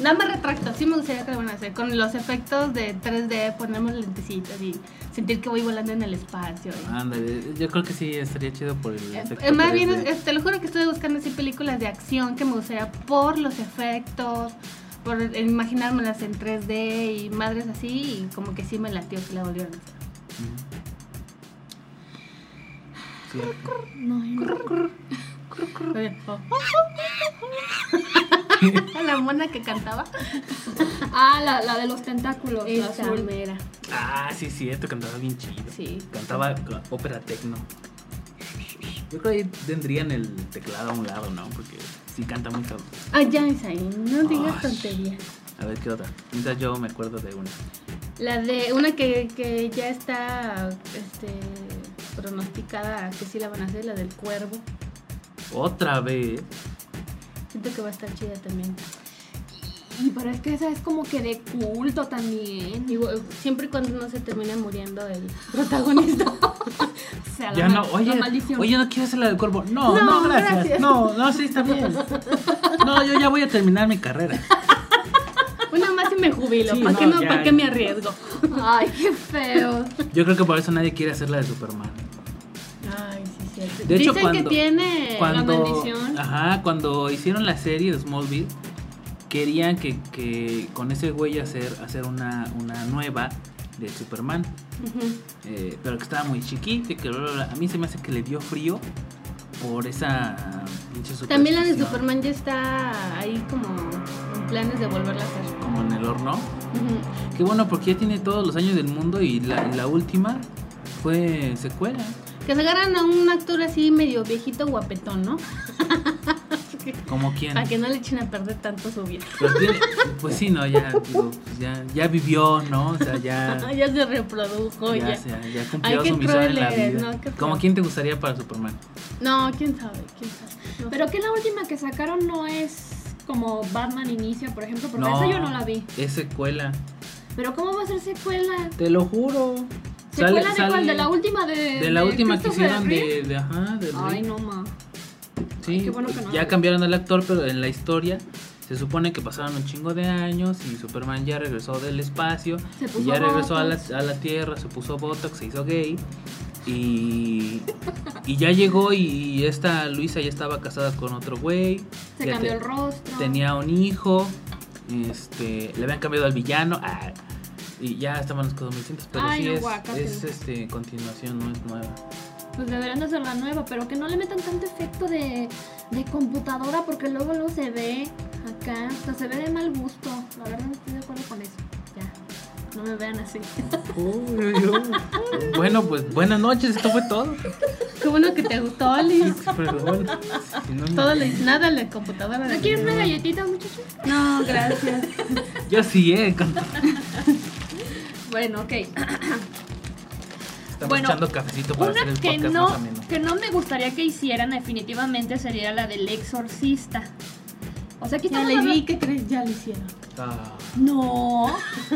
Speaker 4: No me retracto, sí me gustaría que lo van a hacer. Con los efectos de 3D, ponerme lentecitos y sentir que voy volando en el espacio. y-
Speaker 3: Ándale, yo creo que sí estaría chido por el
Speaker 4: Eh,
Speaker 3: efecto
Speaker 4: eh, más bien,
Speaker 3: 3D.
Speaker 4: es- te lo juro que estuve buscando así películas de acción que me gustaría por los efectos, por eh, imaginármelas en 3D y madres así, y como que sí me latió que la volvieron a hacer.
Speaker 3: Sí.
Speaker 5: No, yo no.
Speaker 4: Oye, oh. (laughs) la mona que cantaba.
Speaker 5: Ah, la, la de los tentáculos. la
Speaker 4: Esa
Speaker 5: azul.
Speaker 4: mera.
Speaker 3: Ah, sí, cierto, cantaba bien chido.
Speaker 4: Sí.
Speaker 3: Cantaba ca- ópera tecno. Yo creo que ahí tendrían el teclado a un lado, ¿no? Porque sí canta muy cabrón.
Speaker 4: Ah, ya es ahí, no digas
Speaker 3: Ay.
Speaker 4: tonterías.
Speaker 3: A ver, ¿qué otra? Mientras yo me acuerdo de una.
Speaker 4: La de una que, que ya está este, pronosticada que sí la van a hacer, la del cuervo.
Speaker 3: Otra vez.
Speaker 4: Siento que va a estar chida también.
Speaker 5: Y pero es que esa es como que de culto también.
Speaker 4: Digo, siempre y cuando no se termine muriendo el protagonista. (laughs)
Speaker 5: O sea, la
Speaker 3: Ya
Speaker 5: mal-
Speaker 3: no, oye,
Speaker 5: la maldición.
Speaker 3: oye, no quiero hacer la del cuervo. No,
Speaker 4: No,
Speaker 3: no, gracias.
Speaker 4: gracias.
Speaker 3: No, no, sí, está bien. No, yo ya voy a terminar mi carrera.
Speaker 4: Una más y me jubilo.
Speaker 3: Sí,
Speaker 4: ¿Para
Speaker 3: no,
Speaker 4: qué, no,
Speaker 3: ya.
Speaker 4: ¿Para qué me arriesgo?
Speaker 5: Ay, qué feo.
Speaker 3: Yo creo que por eso nadie quiere hacer la de Superman.
Speaker 4: Ay, sí, cierto.
Speaker 3: De hecho,
Speaker 4: Dicen que
Speaker 3: cuando-
Speaker 4: tiene.
Speaker 3: cuando,
Speaker 5: maldición.
Speaker 3: Ajá, cuando hicieron la serie de Smallville, querían que, que con ese güey hacer, hacer una, una nueva de Superman,
Speaker 4: Ujú.
Speaker 3: eh, pero que estaba muy chiquito y que bla, bla, bla. a mí se me hace que le dio frío por esa pinche
Speaker 4: También la de
Speaker 3: superstición,
Speaker 4: Superman ya está ahí como en planes de volverla a hacer.
Speaker 3: Como en el horno.
Speaker 4: Ujú.
Speaker 3: Qué bueno, porque ya tiene todos los años del mundo y la, la última fue secuela.
Speaker 4: Que se agarran a un actor así medio viejito guapetón, ¿no?
Speaker 3: Como quien.
Speaker 4: Para que no le echen a perder tanto su vida.
Speaker 3: Pero tiene- pues sí, no, ya, digo, pues ya, ya vivió, ¿no? O sea,
Speaker 5: (laughs)
Speaker 3: ya.
Speaker 4: (laughs) ya se reprodujo, ya.
Speaker 3: ya, se- ya cumplió
Speaker 4: Ay, qué
Speaker 3: su misión en la
Speaker 4: cruel eres,
Speaker 3: vida.
Speaker 4: no, qué feo.
Speaker 3: ¿Cómo quién te gustaría para Superman?
Speaker 4: No, quién sabe, quién sabe. No
Speaker 5: Pero que la última que sacaron no es como Batman Inicia, por ejemplo, porque
Speaker 3: No.
Speaker 5: esa yo no la vi.
Speaker 3: Es secuela.
Speaker 5: Pero ¿cómo va a ser secuela?
Speaker 3: Te lo juro.
Speaker 5: ¿Secuela
Speaker 3: Sale-
Speaker 5: de
Speaker 3: sale-
Speaker 5: cuál? ¿De la última de.?
Speaker 3: de la última que
Speaker 5: Christopher
Speaker 3: hicieron
Speaker 5: Reeve?
Speaker 3: de, de- ajá, de
Speaker 5: Ay,
Speaker 3: Reed.
Speaker 5: no, ma.
Speaker 3: Sí,
Speaker 5: qué bueno que no.
Speaker 3: Ya cambiaron al actor, pero en la historia se supone que pasaron un chingo de años y Superman ya regresó del espacio
Speaker 5: Se
Speaker 3: y
Speaker 5: puso
Speaker 3: ya regresó a la,
Speaker 5: botox.
Speaker 3: a la Tierra, se puso botox, se hizo gay Y, y ya llegó y esta Luisa ya estaba casada con otro güey.
Speaker 5: Se
Speaker 3: ya
Speaker 5: cambió
Speaker 3: te-
Speaker 5: el rostro.
Speaker 3: Tenía un hijo. Este, le habían cambiado al villano. ah, y ya estaban las cosas muy distintas. Pero
Speaker 5: Ay,
Speaker 3: sí
Speaker 5: no,
Speaker 3: es,
Speaker 5: guácatela.
Speaker 3: es, este, continuación, no es nueva.
Speaker 5: Pues deberían de hacer la nueva, pero que no le metan tanto efecto de, de computadora porque luego luego se ve acá, hasta se ve de mal gusto. La verdad no estoy de acuerdo con eso. Ya, no me
Speaker 3: (laughs)
Speaker 5: vean así.
Speaker 3: Bueno, pues buenas noches, esto fue todo.
Speaker 4: Qué bueno que te gustó,
Speaker 3: (laughs)
Speaker 4: Liz.
Speaker 3: Perdón. si no me-
Speaker 4: Todo le nada en la computadora.
Speaker 5: ¿No quieren una galletita, muchachos?
Speaker 4: No, gracias.
Speaker 3: Yo sí, eh. con-
Speaker 5: (laughs) Bueno, ok.
Speaker 3: Estamos
Speaker 5: Bueno,
Speaker 3: echando cafecito para hacer
Speaker 5: Una
Speaker 3: el
Speaker 5: que
Speaker 3: podcast
Speaker 5: no,
Speaker 3: más ameno.
Speaker 5: que no me gustaría que hicieran definitivamente sería la del exorcista. O sea, aquí
Speaker 4: Ya
Speaker 5: estamos
Speaker 4: le vi
Speaker 5: hablando-
Speaker 4: que crees, ya lo hicieron.
Speaker 3: Ah,
Speaker 5: No. (laughs)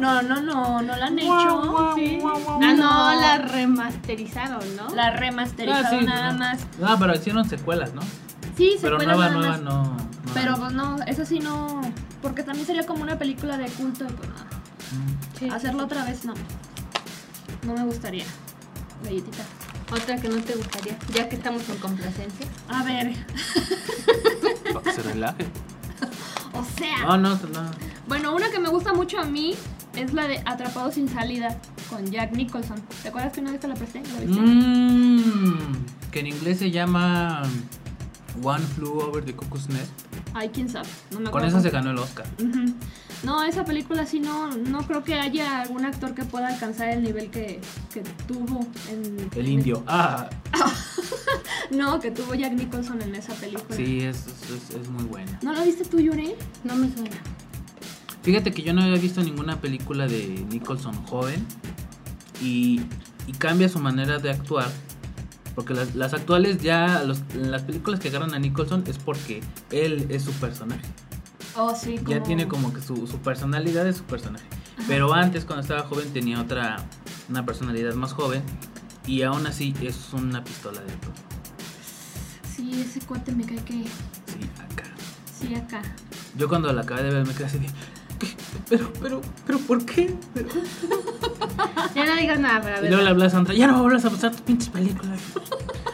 Speaker 5: No, no, no, no la han hecho.
Speaker 4: Sí.
Speaker 5: guau.
Speaker 4: Ah, no, la remasterizaron, ¿no?
Speaker 5: La remasterizaron
Speaker 3: Ah, sí,
Speaker 5: nada
Speaker 3: no.
Speaker 5: más.
Speaker 3: No, pero hicieron secuelas, ¿no?
Speaker 5: Sí, se
Speaker 3: Pero
Speaker 5: cuela
Speaker 3: nueva,
Speaker 5: nada
Speaker 3: nueva,
Speaker 5: más.
Speaker 3: no, no.
Speaker 5: Pero pues no, eso sí no. Porque también sería como una película de culto. y, pues, nada.
Speaker 3: Mm.
Speaker 4: Sí.
Speaker 5: Hacerlo otra vez no. No me gustaría. Galletita.
Speaker 4: Otra que no te gustaría, ya que estamos en complacencia.
Speaker 5: A ver, (laughs)
Speaker 3: Para que se relaje.
Speaker 5: o sea.
Speaker 3: No, no, no.
Speaker 5: Bueno, una que me gusta mucho a mí es la de Atrapado sin salida con Jack Nicholson. ¿Te acuerdas que una vez te la presté? ¿La viste?
Speaker 3: Mm, que en inglés se llama One Flew Over the Cuckoo's Nest.
Speaker 5: Ay, quién sabe. No me acuerdo.
Speaker 3: Con esa se ganó el Oscar.
Speaker 5: Ujú. No, esa película sí no, no creo que haya algún actor que pueda alcanzar el nivel que, que tuvo en
Speaker 3: El indio. Ah,
Speaker 5: No, que tuvo Jack Nicholson en esa película.
Speaker 3: sí, es, es- es- es muy buena.
Speaker 5: ¿No la viste tú, Yuri?
Speaker 4: No me suena.
Speaker 3: Fíjate que yo no había visto ninguna película de Nicholson joven y, y cambia su manera de actuar. Porque las, las actuales ya, los- las películas que agarran a Nicholson es porque él es su personaje.
Speaker 5: Oh, sí.
Speaker 3: Ya tiene como que su, su personalidad es su personaje. Pero antes, cuando estaba joven, tenía otra, una personalidad más joven. Y aún así es una pistola de todo.
Speaker 5: Sí, ese cuate me cae que...
Speaker 3: Sí, acá.
Speaker 5: Sí, acá.
Speaker 3: Yo cuando la acabé de ver me quedé así de... "¿Qué? Pero, pero, pero, ¿por qué? Pero-
Speaker 4: Ya no digas nada para
Speaker 3: Y luego le
Speaker 4: ver.
Speaker 3: hablé a Sandra, ya no volverás a pasar tus pinches películas.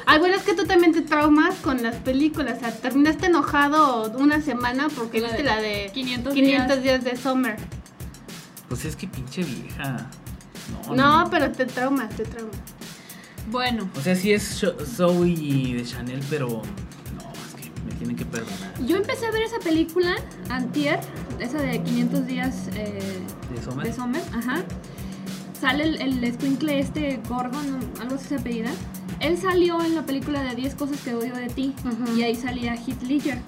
Speaker 4: Ay, bueno, es que tú también te traumas con las películas. O sea, terminaste enojado una semana porque
Speaker 5: La de-
Speaker 4: viste la de
Speaker 5: 500
Speaker 4: 500 días de Summer.
Speaker 3: Pues es que pinche vieja.
Speaker 4: No, pero te traumas, te traumas.
Speaker 5: Bueno.
Speaker 3: O sea, sí es Sho- Zoe de Chanel, pero... No, es que me tienen que perdonar.
Speaker 5: Yo empecé a ver esa película, Antier, esa de 500 días eh,
Speaker 3: ¿De Sommer?
Speaker 5: de Sommer, ajá. Sale el, el escuincle este, Gordon, algo así se apellida. Él salió en la película de 10 cosas que odio de ti
Speaker 4: Ujú.
Speaker 5: y ahí salía Heath Ledger.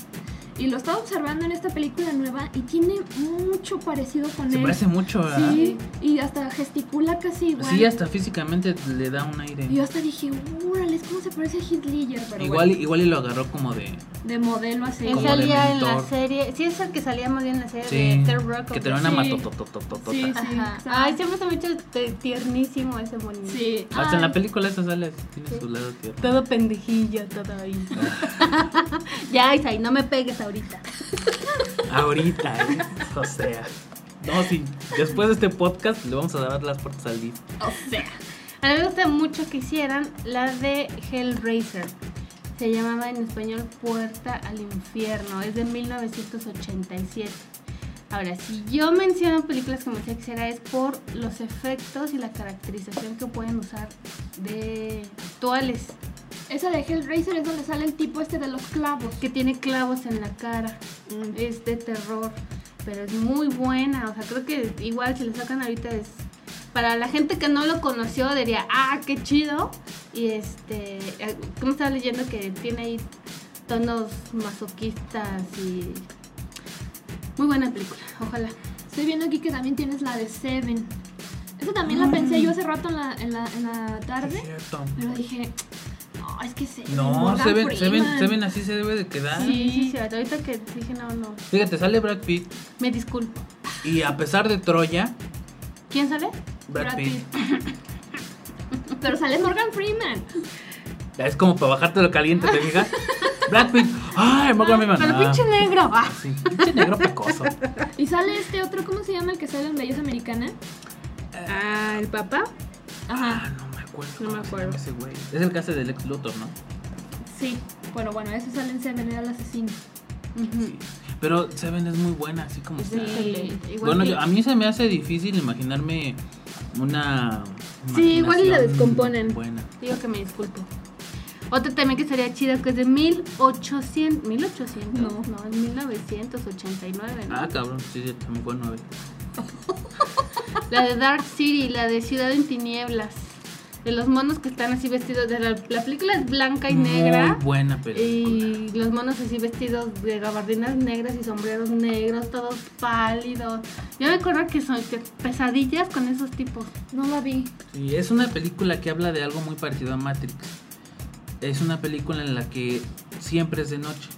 Speaker 5: Y lo estaba observando en esta película nueva y tiene mucho parecido con
Speaker 3: Se
Speaker 5: él.
Speaker 3: parece mucho, ¿verdad?
Speaker 5: Sí, y hasta gesticula casi igual.
Speaker 3: Sí, hasta físicamente le da un aire.
Speaker 5: Y yo hasta dije, órale, ¿cómo se parece a Heath Ledger? Pero
Speaker 3: Igual,
Speaker 5: bueno,
Speaker 3: igual y lo agarró como de...
Speaker 5: de modelo así.
Speaker 4: Él
Speaker 3: Como
Speaker 4: salía
Speaker 3: de
Speaker 4: en la
Speaker 3: mentor.
Speaker 4: serie. Sí, es el que salía más bien en la serie
Speaker 3: Sí,
Speaker 4: de Third Rock.
Speaker 3: que
Speaker 4: of
Speaker 3: tenía
Speaker 4: the-
Speaker 3: una
Speaker 5: Sí.
Speaker 3: matototototota.
Speaker 5: Sí, sí.
Speaker 4: Ajá.
Speaker 5: exacto.
Speaker 4: Ay, siempre se me ha hecho te- tiernísimo ese monito.
Speaker 5: Sí.
Speaker 3: Hasta en
Speaker 5: Ay.
Speaker 3: la película esa sale, tiene su lado tierno.
Speaker 4: Todo pendejillo, todo ahí. (laughs) ya, Isaí, no me pegues ahorita.
Speaker 3: Ahorita, ¿eh? o sea. No, sí, después de este podcast le vamos a dar las puertas al día.
Speaker 5: O sea,
Speaker 4: A mí me gusta mucho que hicieran la de Hellraiser. Se llamaba en español Puerta al Infierno. Es de 1987. Ahora, si yo menciono películas como me será es por los efectos y la caracterización que pueden usar de actuales,
Speaker 5: esa de Hellraiser es donde sale el tipo este de los clavos.
Speaker 4: que tiene clavos en la cara. es de terror, pero es muy buena. O sea, creo que igual si lo sacan ahorita es. Para la gente que no lo conoció diría, ah, qué chido. Y este, eh, ¿cómo estaba leyendo que tiene ahí tonos masoquistas y... Muy buena película, ojalá.
Speaker 5: Estoy viendo aquí que también tienes la de Seven. Esa también la pensé yo hace rato en la, en la, en la tarde,
Speaker 3: cierto.
Speaker 5: pero dije, no, es que Seven.
Speaker 3: No,
Speaker 5: Morgan
Speaker 3: Seven, Seven,
Speaker 5: Freeman".
Speaker 3: Seven así se debe de quedar.
Speaker 4: Sí, sí, sí, ahorita que dije, no, no,
Speaker 3: Fíjate, sale Brad Pitt
Speaker 4: me disculpo.
Speaker 3: y a pesar de Troya,
Speaker 4: ¿Quién sale?
Speaker 3: Brad,
Speaker 5: Brad
Speaker 3: Pitt,
Speaker 5: Pero sale Morgan Freeman.
Speaker 3: es como para bajarte lo caliente, ¿te
Speaker 4: (laughs)
Speaker 3: fijas? Brad Pitt, ay, Morgan Freeman.
Speaker 4: Pero
Speaker 3: ah,
Speaker 4: pinche negro. ah.
Speaker 3: Sí, pinche negro pecoso.
Speaker 5: Y sale este otro, ¿cómo se llama el que sale en Belleza Americana?
Speaker 4: Ah, el papá.
Speaker 5: Ajá.
Speaker 3: No me acuerdo. acuerdo.
Speaker 5: No me
Speaker 3: cómo se llama
Speaker 5: acuerdo.
Speaker 3: Ese güey. Es el caso del ex Luthor, ¿no?
Speaker 5: Sí, bueno, bueno, eso sale en Seven, era el asesino.
Speaker 4: Ujú.
Speaker 3: Pero Seven es muy buena, así como
Speaker 4: Sí,
Speaker 3: está.
Speaker 4: igual
Speaker 3: Bueno,
Speaker 4: que-
Speaker 3: yo- a mí se me hace difícil imaginarme una.
Speaker 4: Sí, igual y la
Speaker 3: imaginación
Speaker 4: descomponen.
Speaker 3: Buena.
Speaker 4: Digo que me disculpo. Otra también que sería chida, que es de 1800. 1800. No, no, es 1989. ¿no?
Speaker 3: Ah, cabrón, sí, sí, también fue nueve.
Speaker 4: La de Dark City, la de Ciudad en Tinieblas. De los monos que están así vestidos. De la, la película es blanca y negra.
Speaker 3: Muy buena película.
Speaker 4: Y los monos así vestidos de gabardinas negras y sombreros negros, todos pálidos. Yo me acuerdo que son que pesadillas con esos tipos.
Speaker 5: No la vi.
Speaker 3: Sí, es una película que habla de algo muy parecido a Matrix. Es una película en la que siempre es de noche.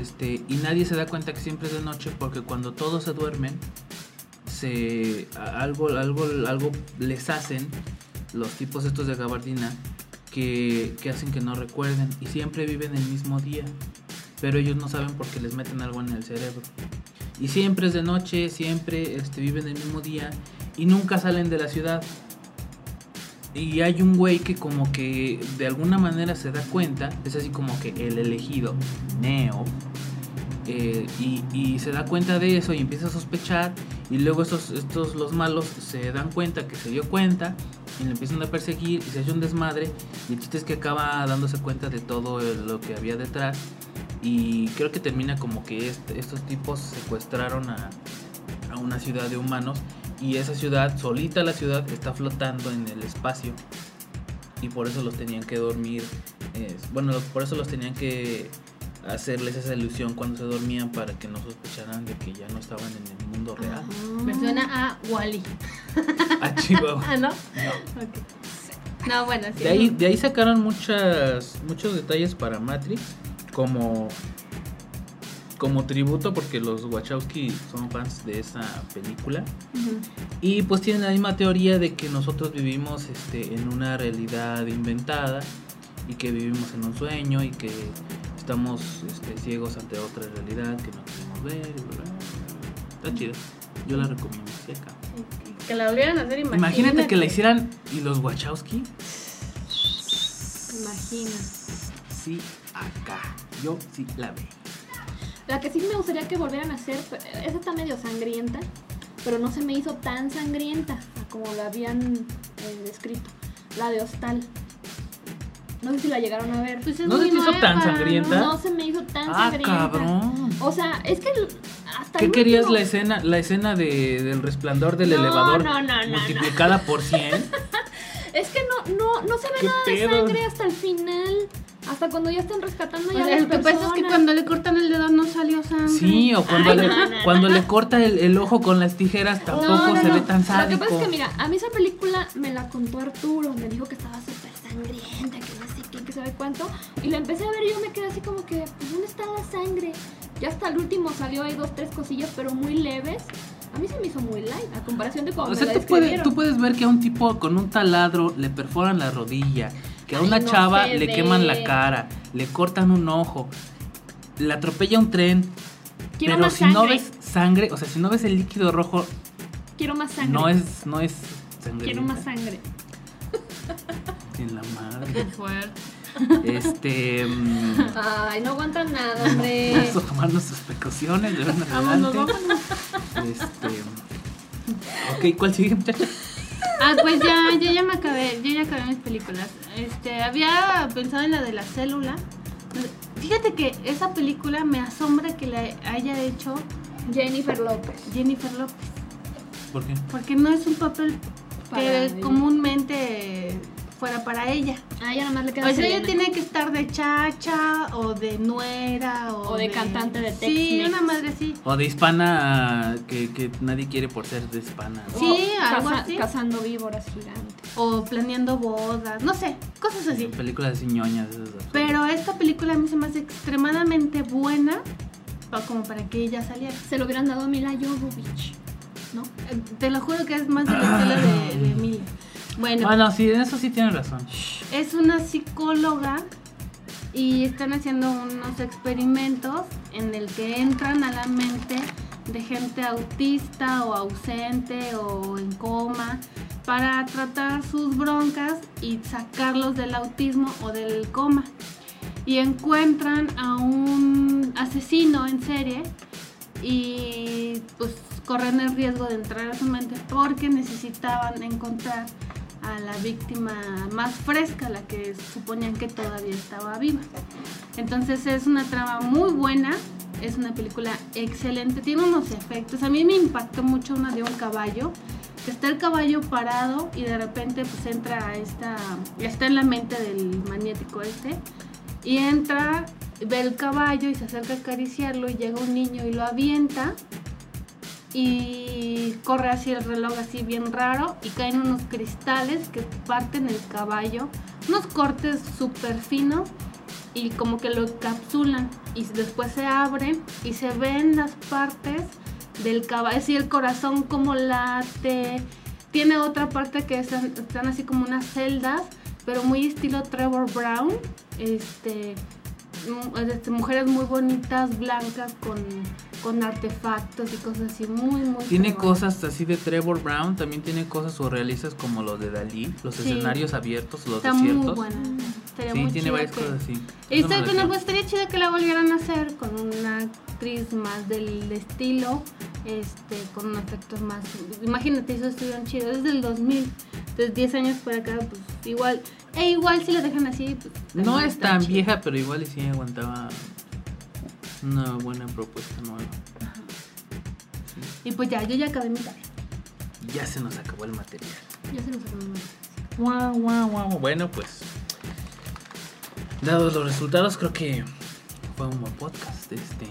Speaker 3: Este, y nadie se da cuenta que siempre es de noche porque cuando todos se duermen, se, a- algo, algo, algo les hacen los tipos estos de gabardina que, que hacen que no recuerden y siempre viven el mismo día. Pero ellos no saben porque les meten algo en el cerebro. Y siempre es de noche, siempre este, viven el mismo día y nunca salen de la ciudad. Y hay un güey que como que de alguna manera se da cuenta, es así como que el elegido, Neo, eh, y, y se da cuenta de eso y empieza a sospechar y luego estos, estos los malos se dan cuenta que se dio cuenta y le empiezan a perseguir y se hace un desmadre y el chiste es que acaba dándose cuenta de todo eh, lo que había detrás y creo que termina como que este- estos tipos secuestraron a, a una ciudad de humanos y esa ciudad, solita la ciudad, está flotando en el espacio y por eso los tenían que dormir, eh, bueno, lo- por eso los tenían que hacerles esa ilusión cuando se dormían para que no sospecharan de que ya no estaban en el mundo real.
Speaker 4: Me suena a Wally.
Speaker 3: A Chihuahua.
Speaker 4: (laughs) Ah, ¿no?
Speaker 3: No.
Speaker 4: Ok. No, bueno, sí.
Speaker 3: De ahí, de ahí sacaron muchas, muchos detalles para Matrix como, como tributo porque los Wachowski son fans de esa película.
Speaker 4: Ujú.
Speaker 3: Y pues tienen la misma teoría de que nosotros vivimos este, en una realidad inventada y que vivimos en un sueño y que estamos este, ciegos ante otra realidad que no queremos ver. y bla, bla, bla. Está chida. Yo la recomiendo. sí, acá.
Speaker 4: Que la volvieran a hacer, imagínate.
Speaker 3: Imagínate que la hicieran y los Wachowski.
Speaker 4: Imagina.
Speaker 3: Sí, acá. Yo sí la veo.
Speaker 5: La que sí me gustaría que volvieran a hacer, pero esa está medio sangrienta, pero no se me hizo tan sangrienta a como la habían eh, descrito. La de Hostal. No sé si la llegaron a ver.
Speaker 4: Pues es
Speaker 3: ¿No se
Speaker 4: muy
Speaker 3: te hizo
Speaker 4: nueva,
Speaker 3: tan
Speaker 4: ¿no?
Speaker 3: sangrienta?
Speaker 5: No se me hizo tan
Speaker 3: Ah,
Speaker 5: sangrienta.
Speaker 3: cabrón.
Speaker 5: O sea, es que el- hasta
Speaker 3: ¿Qué
Speaker 5: el
Speaker 3: querías
Speaker 5: último-
Speaker 3: la escena, la escena de- del resplandor del
Speaker 5: No,
Speaker 3: elevador
Speaker 5: no, no, no,
Speaker 3: multiplicada por
Speaker 5: (laughs)
Speaker 3: 100?
Speaker 5: Es que no, no, no se ve
Speaker 3: ¿Qué
Speaker 5: nada
Speaker 3: pedo?
Speaker 5: de sangre hasta el final. Hasta cuando ya están rescatando
Speaker 4: O
Speaker 5: ya a
Speaker 4: sea,
Speaker 5: las
Speaker 4: lo Pues que pasa es que
Speaker 5: personas.
Speaker 4: cuando le cortan el dedo no salió sangre.
Speaker 3: Sí, o cuando,
Speaker 5: Ay,
Speaker 3: le,
Speaker 5: no, no, no.
Speaker 3: cuando le corta el, el ojo con las tijeras tampoco se ve tan
Speaker 5: Lo que
Speaker 3: sádico.
Speaker 5: pasa es que, mira, a mí esa película me la contó Arturo. Me dijo que estaba súper sangrienta, que no sé qué, que sabe cuánto. Y la empecé a ver y yo me quedé así como que, pues, ¿dónde está la sangre? Ya hasta el último salió ahí dos, tres cosillas, pero muy leves. A mí se me hizo muy light, a comparación de cuando
Speaker 3: o
Speaker 5: me
Speaker 3: sea,
Speaker 5: la
Speaker 3: tú puedes,
Speaker 5: describieron.
Speaker 3: tú puedes ver que a un tipo con un taladro le perforan la rodilla, que a
Speaker 5: Ay,
Speaker 3: una
Speaker 5: no
Speaker 3: chava
Speaker 5: se
Speaker 3: le
Speaker 5: ve.
Speaker 3: queman la cara, le cortan un ojo, le atropella un tren.
Speaker 5: Quiero
Speaker 3: pero
Speaker 5: más
Speaker 3: si no
Speaker 5: sangre.
Speaker 3: ves sangre, o sea, si no ves el líquido rojo,
Speaker 5: Quiero más sangre.
Speaker 3: no es, no es sangre.
Speaker 5: Quiero más sangre.
Speaker 3: En la madre.
Speaker 4: Fuerte.
Speaker 3: Este.
Speaker 5: (laughs)
Speaker 3: mm,
Speaker 5: Ay, no aguantan nada, hombre.
Speaker 3: (laughs) Vamos a tomarnos sus precauciones, de verdad,
Speaker 4: Vámonos,
Speaker 3: adelante. Este. Ok, ¿cuál sigue, muchachos?
Speaker 4: Ah, pues ya, yo ya me acabé, yo ya acabé mis películas. Este, había pensado en la de la célula. Fíjate que esa película me asombra que la haya hecho
Speaker 5: Jennifer López.
Speaker 4: Jennifer López,
Speaker 3: ¿Por qué?
Speaker 4: porque no es un papel
Speaker 5: Para
Speaker 4: que
Speaker 5: ella.
Speaker 4: comúnmente fuera para ella.
Speaker 5: Ah, ya nada más le queda
Speaker 4: O sea, ella
Speaker 5: Selena.
Speaker 4: tiene que estar de chacha o de nuera o,
Speaker 5: O de cantante de
Speaker 4: Sí,
Speaker 5: Tex-Mex.
Speaker 4: una madre sí.
Speaker 3: O de hispana que, que nadie quiere por ser de hispana. ¿no?
Speaker 4: Sí,
Speaker 5: O
Speaker 4: algo
Speaker 5: caza-
Speaker 4: así.
Speaker 5: Cazando víboras gigantes.
Speaker 4: O planeando bodas, no sé, cosas así.
Speaker 3: Películas así ñoñas. esas absurdas.
Speaker 4: Pero esta película a mí se me hace extremadamente buena pa- como para que ella saliera.
Speaker 5: Se lo hubieran dado a Mila Jovovich.
Speaker 4: ¿no? Eh, Te lo juro que es más de la estela de, de Emilia. Bueno,
Speaker 3: Bueno, sí, en eso sí tienes razón.
Speaker 4: es una psicóloga y están haciendo unos experimentos en el que entran a la mente de gente autista o ausente o en coma para tratar sus broncas y sacarlos del autismo o del coma. Y encuentran a un asesino en serie y pues corren el riesgo de entrar a su mente porque necesitaban encontrar a la víctima más fresca, la que suponían que todavía estaba viva. Entonces es una trama muy buena, es una película excelente, tiene unos efectos. A mí me impactó mucho una de un caballo, que está el caballo parado y de repente pues entra a esta, está en la mente del magnético este, y entra, ve el caballo y se acerca a acariciarlo y llega un niño y lo avienta y corre así el reloj así bien raro y caen unos cristales que parten el caballo, unos cortes súper finos y como que lo encapsulan y después se abren y se ven las partes del caballo, así el corazón como late, tiene otra parte que están, están así como unas celdas, pero muy estilo Trevor Brown, este, este mujeres muy bonitas, blancas con con artefactos y cosas así muy muy
Speaker 3: Tiene
Speaker 4: fregonas.
Speaker 3: cosas así de Trevor Brown, también tiene cosas surrealistas como los de Dalí, los
Speaker 4: Sí.
Speaker 3: escenarios abiertos, los
Speaker 4: Está
Speaker 3: desiertos.
Speaker 4: muy buena. Estaría
Speaker 3: Sí,
Speaker 4: muy
Speaker 3: tiene
Speaker 4: chido
Speaker 3: varias
Speaker 4: que-
Speaker 3: cosas así.
Speaker 4: Y
Speaker 3: Eso me
Speaker 4: está-
Speaker 3: lo
Speaker 4: bueno,
Speaker 3: decía.
Speaker 4: pues estaría chido que la volvieran a hacer con una actriz más del estilo, este, con unos efectos más. Imagínate, eso estuvieron chido desde el 2000, entonces 10 años para acá, pues igual. E igual si lo dejan así, pues,
Speaker 3: No
Speaker 4: también
Speaker 3: es
Speaker 4: está
Speaker 3: tan
Speaker 4: chido.
Speaker 3: vieja, pero igual y sí aguantaba una buena propuesta nueva.
Speaker 4: Y pues ya, yo ya acabé mi tarea.
Speaker 3: Ya se nos acabó el material.
Speaker 5: Ya se nos acabó.
Speaker 3: Guau, guau, guau. Bueno, pues. Dados los resultados, creo que fue un buen podcast. Este.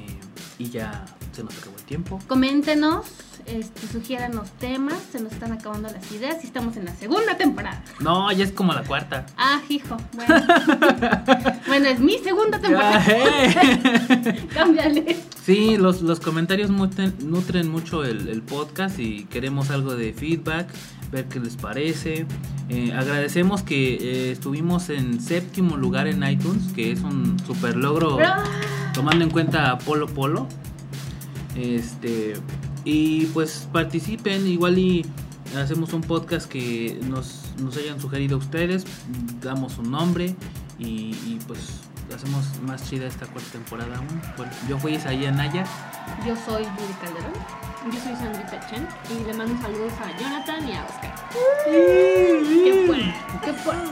Speaker 3: Y ya se nos acabó el tiempo.
Speaker 4: Coméntenos, este, sugiéranos temas, se nos están acabando las ideas y estamos en la segunda temporada.
Speaker 3: No, ya es como la cuarta.
Speaker 4: Ah, hijo,
Speaker 3: (laughs)
Speaker 4: bueno. bueno, es mi segunda temporada. (laughs) Cámbiale.
Speaker 3: Sí, los, los comentarios nutren, nutren mucho el, el podcast y queremos algo de feedback, ver qué les parece. Eh, agradecemos que eh, estuvimos en séptimo lugar en iTunes, que es un super logro tomando en cuenta a Polo Polo. Este, y pues participen, igual y hacemos un podcast que nos, nos hayan sugerido ustedes, damos un nombre y, y, pues hacemos más chida esta cuarta temporada aún. Bueno, yo fui Isaías Naya.
Speaker 4: Yo soy Yuri Calderón.
Speaker 5: Yo soy Sandrita Chen y le mando saludos a Jonathan y a Oscar.
Speaker 4: Qué fuerte, qué fuerte.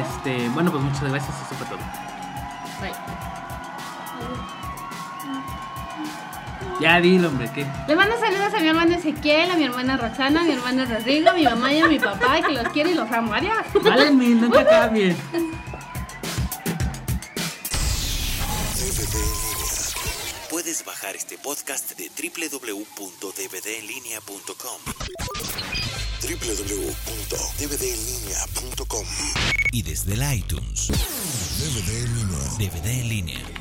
Speaker 3: Este, bueno, pues muchas gracias, eso fue todo.
Speaker 5: Bye.
Speaker 3: Ya dilo, hombre, que
Speaker 4: Le mando saludos a mi hermano Ezequiel, a mi hermana Roxana, a mi hermano Rodrigo, a mi mamá y a mi papá, que los quiero y los amo. Adiós.
Speaker 3: Válenme, nunca cambien.
Speaker 2: DVD en línea.
Speaker 1: Puedes bajar este podcast de www.dvdenlinea.com
Speaker 2: www.dvdenlinea.com
Speaker 1: y desde el iTunes.
Speaker 2: DVD en línea.
Speaker 1: DVD en línea.